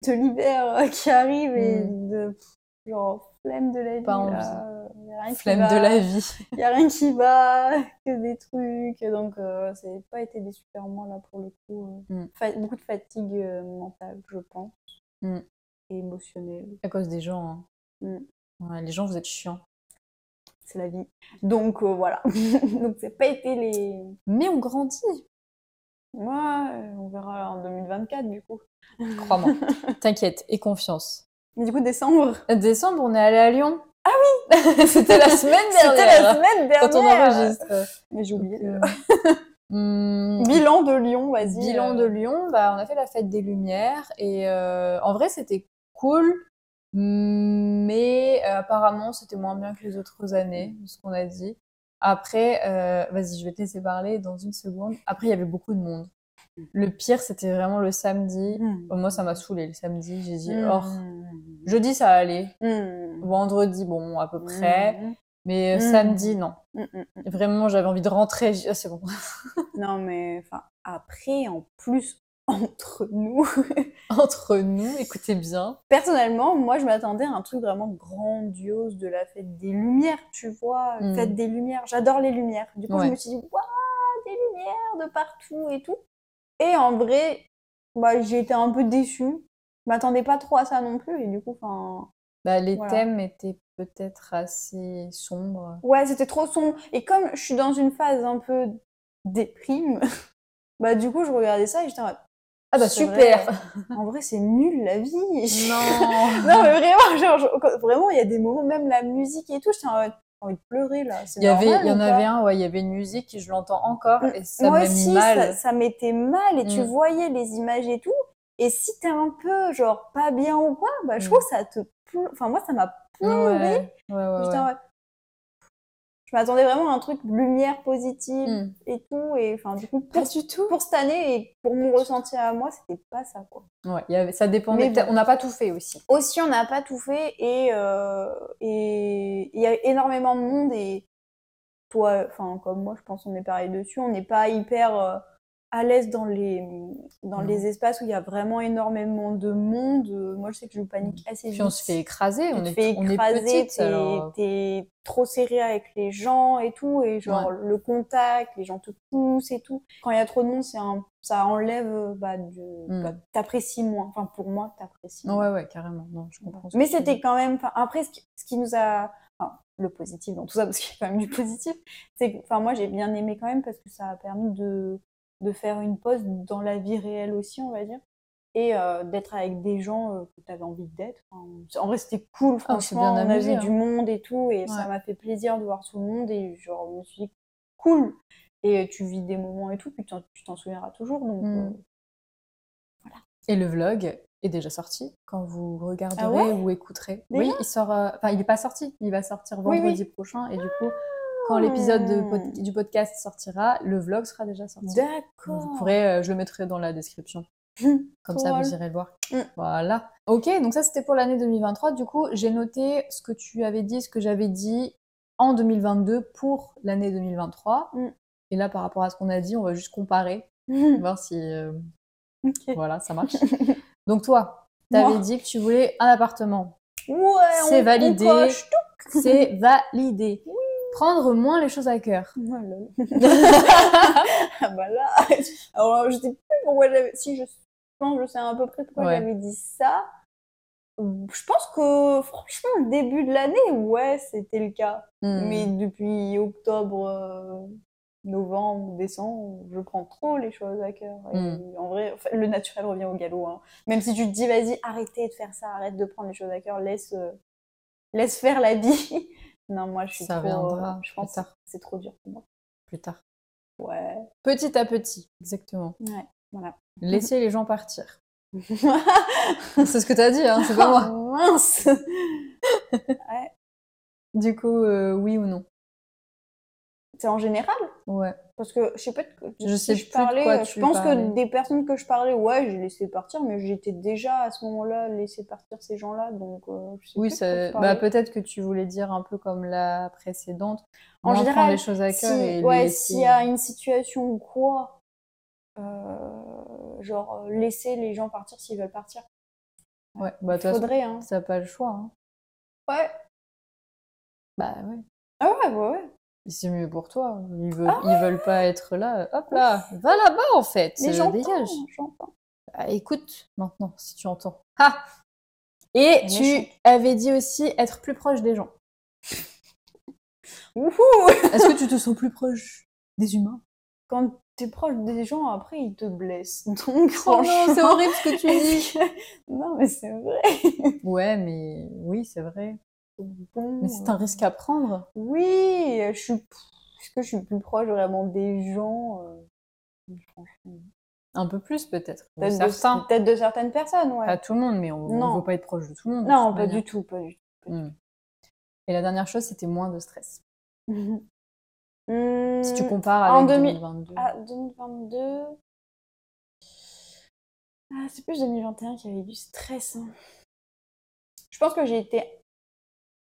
Speaker 3: de l'hiver euh, qui arrive et
Speaker 2: Mm.
Speaker 3: de pff, genre flemme de la vie.
Speaker 2: Pas envie.
Speaker 3: là. euh, Y a rien qui
Speaker 2: Flemme de
Speaker 3: va.
Speaker 2: la vie.
Speaker 3: Il n'y a rien qui va, que des trucs. Donc, euh, ça n'a pas été des super mois, là, pour le coup. euh.
Speaker 2: Mm.
Speaker 3: Fa- beaucoup de fatigue euh, mentale, je pense.
Speaker 2: Mm.
Speaker 3: Et émotionnelle.
Speaker 2: À cause des gens. hein.
Speaker 3: Mm.
Speaker 2: Ouais, les gens, vous êtes chiants.
Speaker 3: C'est la vie. Donc, euh, voilà. Donc, ça n'a pas été les...
Speaker 2: Mais on grandit,
Speaker 3: Moi, on verra en 2024, du coup.
Speaker 2: crois-moi. T'inquiète, et confiance.
Speaker 3: Mais du coup, décembre,
Speaker 2: Décembre, on est allé à Lyon. Ah oui C'était la semaine dernière.
Speaker 3: c'était la semaine dernière.
Speaker 2: Quand on enregistre.
Speaker 3: Mais j'ai oublié.
Speaker 2: Euh,
Speaker 3: le-
Speaker 2: hum,
Speaker 3: Bilan de Lyon, vas-y.
Speaker 2: bilan
Speaker 3: euh,
Speaker 2: de Lyon, bah, on a fait la fête des Lumières et euh, en vrai c'était cool, mais euh, apparemment c'était moins bien que les autres années, de ce qu'on a dit. Après, euh, vas-y, je vais te laisser parler dans une seconde. Après, il y avait beaucoup de monde. Le pire, c'était vraiment le samedi.
Speaker 3: Mm.
Speaker 2: Oh, Moi, ça m'a saoulé le samedi. J'ai dit,
Speaker 3: Mm.
Speaker 2: oh, jeudi, ça allait.
Speaker 3: Mm.
Speaker 2: Vendredi, bon, à peu près.
Speaker 3: Mm.
Speaker 2: Mais euh,
Speaker 3: Mm.
Speaker 2: samedi, non.
Speaker 3: Mm, mm, mm.
Speaker 2: Vraiment, j'avais envie de rentrer. J'ai- Ah, c'est bon.
Speaker 3: Non, mais enfin, après, en plus, entre nous,
Speaker 2: Entre nous, écoutez bien.
Speaker 3: personnellement, moi, je m'attendais à un truc vraiment grandiose de la fête des Lumières, tu vois.
Speaker 2: Mm.
Speaker 3: Fête des Lumières, j'adore les Lumières. Du coup,
Speaker 2: Ouais.
Speaker 3: je me suis dit, waouh, des Lumières de partout et tout. Et en vrai, bah, j'ai été un peu déçue. Je m'attendais pas trop à ça non plus. Et du coup, enfin.
Speaker 2: Bah, les
Speaker 3: Voilà.
Speaker 2: thèmes étaient peut-être assez sombres.
Speaker 3: Ouais, c'était trop sombre. Et comme je suis dans une phase un peu déprime, bah du coup, je regardais ça et j'étais en mode,
Speaker 2: Ah bah
Speaker 3: C'est
Speaker 2: super
Speaker 3: vrai, en vrai, c'est nul la vie.
Speaker 2: Non
Speaker 3: Non, mais vraiment, genre, je- quand- vraiment, il y a des moments, même la musique et tout, j'étais en mode, j'ai envie de pleurer là. c'est
Speaker 2: Il y, avait,
Speaker 3: normal
Speaker 2: il y
Speaker 3: ou
Speaker 2: en
Speaker 3: pas
Speaker 2: avait un, ouais, il y avait une musique et je l'entends encore et ça
Speaker 3: Moi
Speaker 2: m'a mis
Speaker 3: aussi, ça,
Speaker 2: mal.
Speaker 3: ça m'était mal et tu
Speaker 2: Mm.
Speaker 3: voyais les images et tout. Et si t'es un peu, genre, pas bien ou quoi, bah je
Speaker 2: Mm.
Speaker 3: trouve que ça te. plom- Enfin, moi, ça m'a plombé.
Speaker 2: Ouais, ouais, ouais,
Speaker 3: J'étais
Speaker 2: ouais.
Speaker 3: en mode, Je m'attendais vraiment à un truc lumière positive
Speaker 2: Hmm.
Speaker 3: et tout. Et enfin, du coup, pour,
Speaker 2: Pas du tout.
Speaker 3: pour cette année et pour mon ressenti à moi, c'était pas ça, quoi.
Speaker 2: Ouais, il y avait- ça dépendait.
Speaker 3: Mais
Speaker 2: peut-être- On n'a pas tout fait aussi.
Speaker 3: Aussi, on n'a pas tout fait et euh, et il y a énormément de monde et toi, enfin, comme moi, je pense on est pareil dessus. On n'est pas hyper euh, à l'aise dans les dans
Speaker 2: Non.
Speaker 3: les espaces où il y a vraiment énormément de monde. Euh, Moi, je sais que je panique assez vite.
Speaker 2: Mmh. Puis on se fait écraser,
Speaker 3: Tu
Speaker 2: on
Speaker 3: te
Speaker 2: est,
Speaker 3: fais
Speaker 2: on est
Speaker 3: écraser,
Speaker 2: petite.
Speaker 3: t'es
Speaker 2: Alors... euh.
Speaker 3: t'es trop serré avec les gens et tout, et genre le contact, les gens te poussent et tout. Quand il y a trop de monde, c'est un, ça enlève, euh, bah, du,
Speaker 2: Mm.
Speaker 3: bah, t'apprécies moins. Enfin, pour moi, t'apprécies
Speaker 2: Non,
Speaker 3: moins.
Speaker 2: euh, ouais, ouais, carrément. Non, je comprends. ce
Speaker 3: Mais
Speaker 2: que tu
Speaker 3: c'était
Speaker 2: dis.
Speaker 3: quand même, enfin, après, ce qui, ce qui nous a, enfin, le positif dans tout ça, parce qu'il y a quand même du positif, c'est que, enfin, moi, j'ai bien aimé quand même parce que ça a permis de, de faire une pause dans la vie réelle aussi, on va dire. Et euh, d'être avec des gens euh, que tu avais envie d'être. Enfin, c'est- en vrai, c'était cool,
Speaker 2: Ah, on s'est
Speaker 3: franchement.
Speaker 2: bien
Speaker 3: on
Speaker 2: amusé,
Speaker 3: avait
Speaker 2: hein.
Speaker 3: du monde et tout, et ça
Speaker 2: Ouais.
Speaker 3: m'a fait plaisir de voir tout le monde. Et genre, je me suis dit, cool. Et euh, tu vis des moments et tout, puis t'en- tu t'en souviendras toujours. Donc,
Speaker 2: Mm.
Speaker 3: euh,
Speaker 2: Et le vlog est déjà sorti quand vous regarderez
Speaker 3: Ah ouais
Speaker 2: ou écouterez.
Speaker 3: Déjà
Speaker 2: oui, il sort. euh, Enfin, il n'est pas sorti. Il va sortir
Speaker 3: Oui, oui.
Speaker 2: vendredi prochain et du coup, quand l'épisode de pod-
Speaker 3: Ah.
Speaker 2: du podcast sortira, le vlog sera déjà sorti.
Speaker 3: euh, d'accord.
Speaker 2: Vous pourrez, euh, je le mettrai dans la description. Comme ça, vous
Speaker 3: Drôle.
Speaker 2: irez le voir.
Speaker 3: Mm.
Speaker 2: Voilà. Ok, donc ça, c'était pour l'année 2023. Du coup, j'ai noté ce que tu avais dit, ce que j'avais dit en 2022 pour l'année 2023.
Speaker 3: Mm.
Speaker 2: Et là, par rapport à ce qu'on a dit, on va juste comparer, voir si euh,
Speaker 3: Ok.
Speaker 2: voilà, ça marche. donc toi, t'avais
Speaker 3: Moi.
Speaker 2: dit que tu voulais un appartement.
Speaker 3: Ouais,
Speaker 2: C'est
Speaker 3: on- on
Speaker 2: validé.
Speaker 3: coche
Speaker 2: C'est validé. Prendre moins les choses à cœur. Hmm.
Speaker 3: Oh là là. ah bah là, alors je sais plus pourquoi j'avais. Si je pense, je sais à peu près pourquoi
Speaker 2: Ouais.
Speaker 3: j'avais dit ça. Euh, Je pense que franchement, le début de l'année, ouais, c'était le cas.
Speaker 2: Hmm.
Speaker 3: Mais depuis octobre, euh, novembre, décembre, je prends trop les choses à cœur. Et
Speaker 2: Mm.
Speaker 3: En vrai, enfin, le naturel revient au galop. hein. Même si tu te dis, vas-y, arrêtez de faire ça, arrête de prendre les choses à cœur, laisse, euh, laisse faire la vie. non, moi, je suis
Speaker 2: Ça
Speaker 3: trop. euh,
Speaker 2: viendra
Speaker 3: Je pense
Speaker 2: plus
Speaker 3: que
Speaker 2: tard.
Speaker 3: c'est trop dur pour moi.
Speaker 2: Plus tard.
Speaker 3: Ouais.
Speaker 2: Petit à petit, exactement.
Speaker 3: Ouais, voilà.
Speaker 2: Laisser les gens partir. C'est ce que t'as dit, hein, c'est pas moi.
Speaker 3: mince
Speaker 2: Du coup, euh, oui ou non
Speaker 3: C'est en général
Speaker 2: Ouais.
Speaker 3: Parce que je sais pas de quoi-
Speaker 2: Je
Speaker 3: si
Speaker 2: sais plus de quoi
Speaker 3: euh,
Speaker 2: tu
Speaker 3: je pense
Speaker 2: parlais.
Speaker 3: que des personnes que je parlais, ouais, j'ai laissé partir, mais j'étais déjà à ce moment-là laissé partir ces gens-là, donc euh, je sais
Speaker 2: Oui,
Speaker 3: plus de quoi
Speaker 2: ça-
Speaker 3: je
Speaker 2: bah,
Speaker 3: parlais.
Speaker 2: peut-être que tu voulais dire un peu comme la précédente.
Speaker 3: En
Speaker 2: moins
Speaker 3: général,
Speaker 2: prendre les choses à cœur et
Speaker 3: si,
Speaker 2: les
Speaker 3: ouais,
Speaker 2: laisser-
Speaker 3: s'il y a une situation ou quoi, euh, genre euh, laisser les gens partir s'ils veulent partir.
Speaker 2: Ouais, bah, de toute façon,
Speaker 3: Faudrait, hein.
Speaker 2: ça n'a pas le choix. hein.
Speaker 3: Ouais.
Speaker 2: Bah ouais.
Speaker 3: Ah ouais, ouais, ouais.
Speaker 2: C'est mieux pour toi. Ils veulent,
Speaker 3: Ah
Speaker 2: ils veulent pas être là. Hop là, va là-bas en fait.
Speaker 3: Mais
Speaker 2: euh,
Speaker 3: j'entends,
Speaker 2: dégage.
Speaker 3: j'entends.
Speaker 2: Ah, écoute maintenant si tu entends. Ah Et
Speaker 3: Elle est
Speaker 2: tu
Speaker 3: méchante.
Speaker 2: avais dit aussi être plus proche des gens.
Speaker 3: Wouhou
Speaker 2: Est-ce que tu te sens plus proche des humains
Speaker 3: Quand t'es proche des gens, après, ils te blessent. Donc,
Speaker 2: Oh non, c'est
Speaker 3: franchement...
Speaker 2: horrible ce que tu dis.
Speaker 3: est-ce que- Non, mais c'est vrai.
Speaker 2: Ouais, mais oui, c'est vrai.
Speaker 3: Bon,
Speaker 2: Mais c'est un risque à prendre.
Speaker 3: Oui, je suis... Est-ce que je suis plus proche vraiment des gens euh, franchement,
Speaker 2: Un peu plus peut-être. De
Speaker 3: Peut-être de,
Speaker 2: Certains.
Speaker 3: peut-être de certaines personnes, ouais.
Speaker 2: Pas tout le monde, mais on
Speaker 3: Non.
Speaker 2: ne veut pas être proche de tout le monde. de
Speaker 3: non,
Speaker 2: toute
Speaker 3: pas
Speaker 2: manière. Hmm.
Speaker 3: du tout, pas du
Speaker 2: Et la dernière chose, c'était moins de stress.
Speaker 3: tout.
Speaker 2: Si tu
Speaker 3: Hum,
Speaker 2: compares
Speaker 3: en
Speaker 2: avec
Speaker 3: demi-
Speaker 2: 2022.
Speaker 3: Ah, 2022. Ah, c'est plus 2021 qu'il y avait du stress. hein. Je pense que j'ai été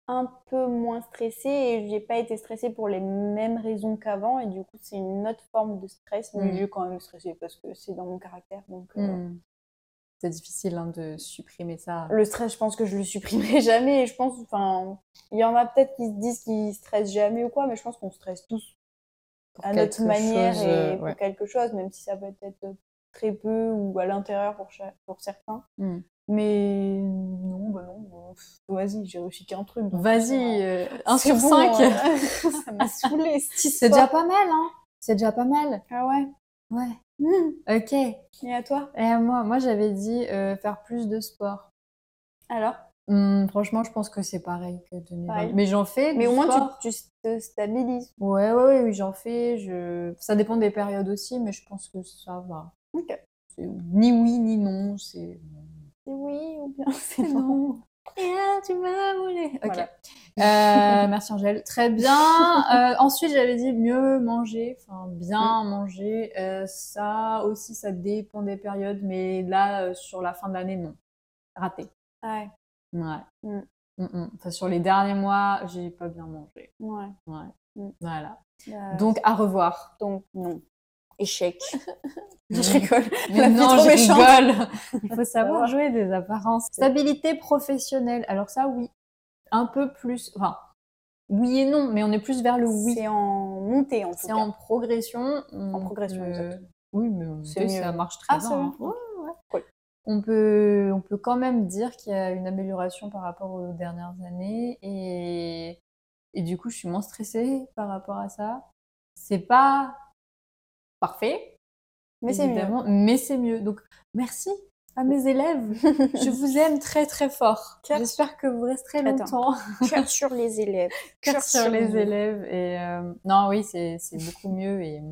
Speaker 3: un peu moins stressée et j'ai pas été stressée pour les mêmes raisons qu'avant et du coup c'est une autre forme de stress mais
Speaker 2: Mm.
Speaker 3: j'ai quand même stressée parce que c'est dans mon caractère donc euh,
Speaker 2: Hmm. C'est difficile hein, de supprimer ça.
Speaker 3: le stress je pense que je le supprimerai jamais et je pense enfin il y en a peut-être qui se disent qu'ils stressent jamais ou quoi mais je pense qu'on stresse tous
Speaker 2: Pour
Speaker 3: à notre
Speaker 2: quelque
Speaker 3: manière
Speaker 2: chose,
Speaker 3: et
Speaker 2: euh,
Speaker 3: pour
Speaker 2: ouais.
Speaker 3: quelque chose, même si ça peut être très peu ou à l'intérieur pour, cha- pour certains.
Speaker 2: Mm.
Speaker 3: Mais non, bah non, bah, pff, vas-y, j'ai réussi qu'un truc. donc ça va.
Speaker 2: Vas-y, euh, un
Speaker 3: C'est
Speaker 2: sur
Speaker 3: bon,
Speaker 2: cinq.
Speaker 3: euh, ça m'a saoulée cette
Speaker 2: C'est
Speaker 3: histoire.
Speaker 2: déjà pas mal, hein C'est déjà pas mal.
Speaker 3: Ah ouais
Speaker 2: Ouais.
Speaker 3: Hmm.
Speaker 2: Ok. Et
Speaker 3: Et à toi
Speaker 2: à moi, moi j'avais dit euh, faire plus de sport.
Speaker 3: Alors
Speaker 2: Hmm, franchement, je pense que c'est pareil que 2020.
Speaker 3: Pareil.
Speaker 2: Mais j'en fais.
Speaker 3: Mais
Speaker 2: du
Speaker 3: au moins,
Speaker 2: sport.
Speaker 3: tu, tu te stabilises.
Speaker 2: Ouais, ouais, ouais, oui, j'en fais. Je... Ça dépend des périodes aussi, mais je pense que ça va.
Speaker 3: Ok.
Speaker 2: C'est Ni oui, ni non. C'est
Speaker 3: C'est oui ou bien c'est non.
Speaker 2: non. Rien, tu m'as volé. Ok.
Speaker 3: Voilà.
Speaker 2: Euh, merci Angèle. Très bien. Euh, ensuite, j'avais dit mieux manger, enfin
Speaker 3: Mm.
Speaker 2: bien manger. Euh, ça aussi, ça dépend des périodes, mais là, euh, sur la fin de l'année, non. Raté.
Speaker 3: Ouais,
Speaker 2: Ouais.
Speaker 3: Mm.
Speaker 2: Mm, mm. Enfin, sur les derniers mois, j'ai pas bien mangé.
Speaker 3: ouais.
Speaker 2: Ouais.
Speaker 3: Mm.
Speaker 2: Voilà.
Speaker 3: Euh,
Speaker 2: Donc, à revoir.
Speaker 3: donc, non. Échec. je rigole.
Speaker 2: Mais
Speaker 3: La fille
Speaker 2: non,
Speaker 3: trop
Speaker 2: je
Speaker 3: méchante.
Speaker 2: rigole. Il faut
Speaker 3: va.
Speaker 2: savoir jouer des apparences. Stabilité professionnelle. Alors ça, oui. Un peu plus. Enfin, oui et non, mais on est plus vers le oui.
Speaker 3: C'est en montée, en tout
Speaker 2: C'est
Speaker 3: cas.
Speaker 2: en progression. on
Speaker 3: En progression,
Speaker 2: peut-
Speaker 3: exactement.
Speaker 2: Oui, mais on
Speaker 3: C'est
Speaker 2: peut,
Speaker 3: mieux.
Speaker 2: ça marche très
Speaker 3: Ah,
Speaker 2: bien.
Speaker 3: c'est
Speaker 2: hein.
Speaker 3: bien.
Speaker 2: Ouais, ouais.
Speaker 3: Cool.
Speaker 2: On peut, on peut quand même dire qu'il y a une amélioration par rapport aux dernières années et, et du coup, je suis moins stressée par rapport à ça. C'est pas parfait,
Speaker 3: Mais c'est mieux.
Speaker 2: évidemment, mais c'est mieux. Donc, merci à mes élèves. je vous aime très très fort.
Speaker 3: Cœur-
Speaker 2: J'espère que vous resterez
Speaker 3: Attends.
Speaker 2: longtemps.
Speaker 3: Cœur sur les élèves.
Speaker 2: cœur
Speaker 3: Cœur
Speaker 2: sur
Speaker 3: sur
Speaker 2: les
Speaker 3: nous.
Speaker 2: élèves. Et euh, non, oui, c'est c'est beaucoup mieux et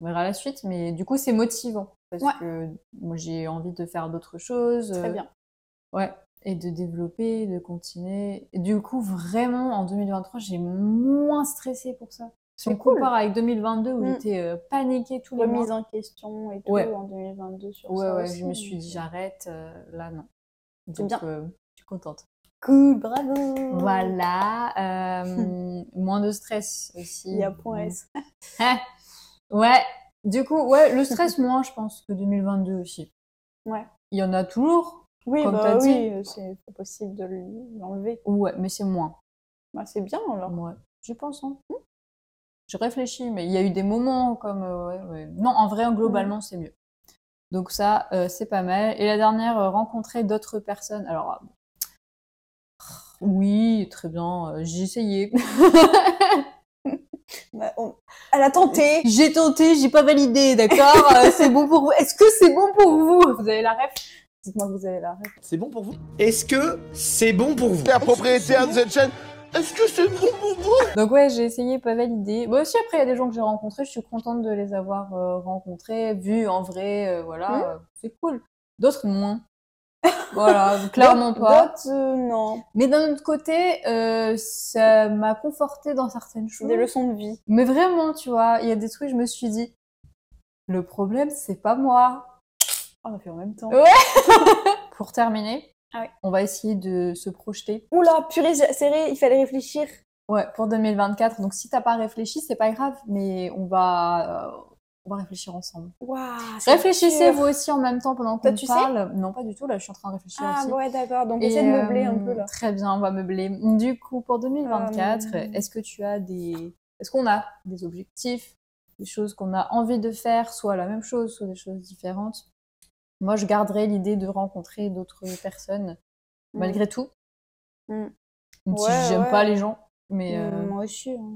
Speaker 2: on verra la suite. Mais du coup, c'est motivant parce
Speaker 3: Ouais.
Speaker 2: que moi, j'ai envie de faire d'autres choses.
Speaker 3: Très
Speaker 2: euh,
Speaker 3: bien.
Speaker 2: Ouais. Et de développer, de continuer. Et du coup, vraiment, en 2023, j'ai moins stressé pour ça. Si
Speaker 3: C'est
Speaker 2: on
Speaker 3: cool.
Speaker 2: compare avec 2022 où
Speaker 3: Mm.
Speaker 2: j'étais euh, paniquée tous les mois.
Speaker 3: Remise en question et tout
Speaker 2: Ouais.
Speaker 3: en 2022 sur
Speaker 2: Ouais,
Speaker 3: ça.
Speaker 2: ouais,
Speaker 3: aussi,
Speaker 2: je me suis
Speaker 3: donc,
Speaker 2: dit, j'arrête. euh, là, non.
Speaker 3: C'est
Speaker 2: Donc,
Speaker 3: bien.
Speaker 2: euh, je suis contente.
Speaker 3: Cool, bravo.
Speaker 2: Voilà. euh, moins de stress aussi.
Speaker 3: Il y a
Speaker 2: Mm.
Speaker 3: point S.
Speaker 2: ouais. Du coup, ouais, le stress, moins, je pense, que 2022 aussi.
Speaker 3: Ouais.
Speaker 2: Il y en a toujours.
Speaker 3: Oui,
Speaker 2: Comme
Speaker 3: bah
Speaker 2: t'as
Speaker 3: oui, euh, c'est pas possible de l- l'enlever.
Speaker 2: Ouais, mais c'est moins.
Speaker 3: Bah, c'est bien alors.
Speaker 2: Ouais. Je pense. hein. Je réfléchis, mais il y a eu des moments comme. euh, ouais, ouais. Non, en vrai, globalement, c'est mieux. Donc, ça, euh, c'est pas mal. Et la dernière, euh, rencontrer d'autres personnes. Alors. euh, Oui, très bien. euh, J'ai essayé.
Speaker 3: Bah, on- Elle a tenté.
Speaker 2: J'ai tenté, j'ai pas validé, d'accord Euh, C'est bon pour vous. Est-ce que c'est bon pour vous Vous avez la ref Dites-moi que vous avez la ref.
Speaker 1: C'est bon pour vous
Speaker 4: Est-ce que c'est bon pour vous
Speaker 5: Père propriétaire de cette chaîne, est-ce que c'est bon pour vous
Speaker 2: Donc ouais, j'ai essayé, pas validé. Moi aussi, après, il y a des gens que j'ai rencontrés, je suis contente de les avoir euh, rencontrés, vus en vrai, euh, voilà,
Speaker 3: Mhm.
Speaker 2: euh, c'est cool. D'autres, moins. voilà, clairement
Speaker 3: D'autres-
Speaker 2: pas.
Speaker 3: D'autres, euh, non.
Speaker 2: Mais d'un autre côté, euh, ça m'a confortée dans certaines choses.
Speaker 3: Des leçons de vie.
Speaker 2: Mais vraiment, tu vois, il y a des trucs, je me suis dit, le problème, c'est pas moi.
Speaker 3: Ah, on a fait en même temps.
Speaker 2: Ouais. Pour terminer,
Speaker 3: Ah oui.
Speaker 2: on va essayer de se projeter
Speaker 3: Oula, purée, j'ai- serré, il fallait réfléchir.
Speaker 2: ouais, pour 2024. Donc si t'as pas réfléchi, c'est pas grave, mais on va euh, On va réfléchir ensemble.
Speaker 3: Waouh, c'est
Speaker 2: Réfléchissez
Speaker 3: dur.
Speaker 2: vous aussi en même temps pendant que
Speaker 3: Toi,
Speaker 2: tu
Speaker 3: tu sais
Speaker 2: parle. Non, pas du tout. Là, je suis en train de réfléchir
Speaker 3: Ah
Speaker 2: aussi.
Speaker 3: ouais, d'accord. Donc
Speaker 2: Et,
Speaker 3: essaie de meubler un
Speaker 2: euh,
Speaker 3: peu là.
Speaker 2: Très bien, on va meubler. Du coup, pour 2024,
Speaker 3: Euh,
Speaker 2: est-ce que tu as des... Est-ce qu'on a des objectifs, des choses qu'on a envie de faire, soit la même chose, soit des choses différentes Moi, je garderai l'idée de rencontrer d'autres personnes,
Speaker 3: Mmh.
Speaker 2: malgré tout.
Speaker 3: Mm.
Speaker 2: Même si
Speaker 3: Ouais,
Speaker 2: j'aime
Speaker 3: ouais.
Speaker 2: pas les gens, mais
Speaker 3: Mm,
Speaker 2: euh,
Speaker 3: Moi aussi. hein.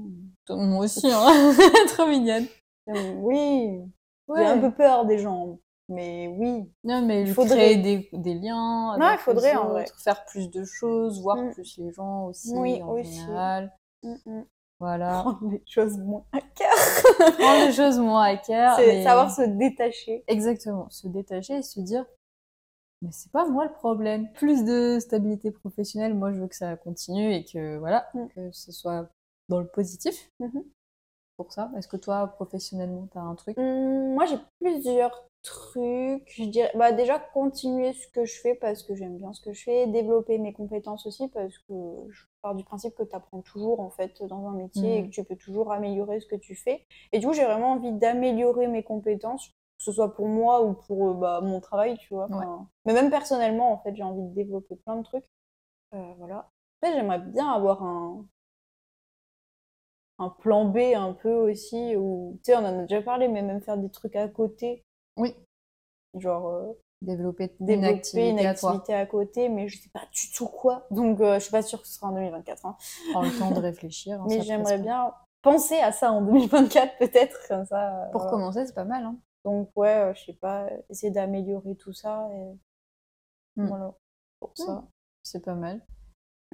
Speaker 2: t- moi aussi, hein. trop mignonne.
Speaker 3: Euh, Oui.
Speaker 2: Ouais.
Speaker 3: J'ai un peu peur des gens. Mais oui.
Speaker 2: Non, mais il
Speaker 3: faudrait-
Speaker 2: faudrait... créer des, des liens.
Speaker 3: Ouais,
Speaker 2: avec
Speaker 3: il faudrait,
Speaker 2: les
Speaker 3: en vrai.
Speaker 2: autres, Faire plus de choses, voir
Speaker 3: Mm.
Speaker 2: plus les gens aussi,
Speaker 3: Oui,
Speaker 2: en
Speaker 3: aussi.
Speaker 2: général.
Speaker 3: Mm, mm.
Speaker 2: Voilà.
Speaker 3: Prendre les choses moins à cœur.
Speaker 2: prendre les choses moins à cœur.
Speaker 3: C'est
Speaker 2: mais-
Speaker 3: savoir se détacher.
Speaker 2: Exactement, se détacher et se dire mais c'est pas moi le problème. Plus de stabilité professionnelle, moi je veux que ça continue et que voilà,
Speaker 3: Mm.
Speaker 2: que ce soit dans le positif.
Speaker 3: Mhm.
Speaker 2: Pour ça, est-ce que toi professionnellement t'as un truc
Speaker 3: Hum, Moi, j'ai plusieurs trucs. Je dirais, bah, déjà, continuer ce que je fais parce que j'aime bien ce que je fais, développer mes compétences aussi parce que je pars du principe que tu apprends toujours en fait dans un métier et
Speaker 2: Mhm.
Speaker 3: que tu peux toujours améliorer ce que tu fais. Et du coup, j'ai vraiment envie d'améliorer mes compétences, que ce soit pour moi ou pour euh, bah, mon travail, tu vois.
Speaker 2: Ouais.
Speaker 3: Enfin, Mais même personnellement, en fait, j'ai envie de développer plein de trucs. Euh, voilà. Après, j'aimerais bien avoir un, un plan B un peu aussi, ou tu sais, on en a déjà parlé, mais même faire des trucs à côté,
Speaker 2: Oui,
Speaker 3: genre euh,
Speaker 2: développer,
Speaker 3: développer
Speaker 2: une activité,
Speaker 3: une
Speaker 2: à toi,
Speaker 3: activité à, côté, mais je sais pas du tout quoi. Donc euh, je suis pas sûre que ce sera en 2024, hein.
Speaker 2: prendre le temps de réfléchir. hein,
Speaker 3: mais
Speaker 2: ça
Speaker 3: j'aimerais
Speaker 2: presse pas.
Speaker 3: bien penser à ça en 2024 peut-être, comme ça. euh,
Speaker 2: Pour
Speaker 3: voilà.
Speaker 2: commencer, c'est pas mal. Hein.
Speaker 3: Donc ouais, euh, je sais pas, euh, essayer d'améliorer tout ça, et...
Speaker 2: Mm.
Speaker 3: voilà, pour ça.
Speaker 2: C'est pas mal.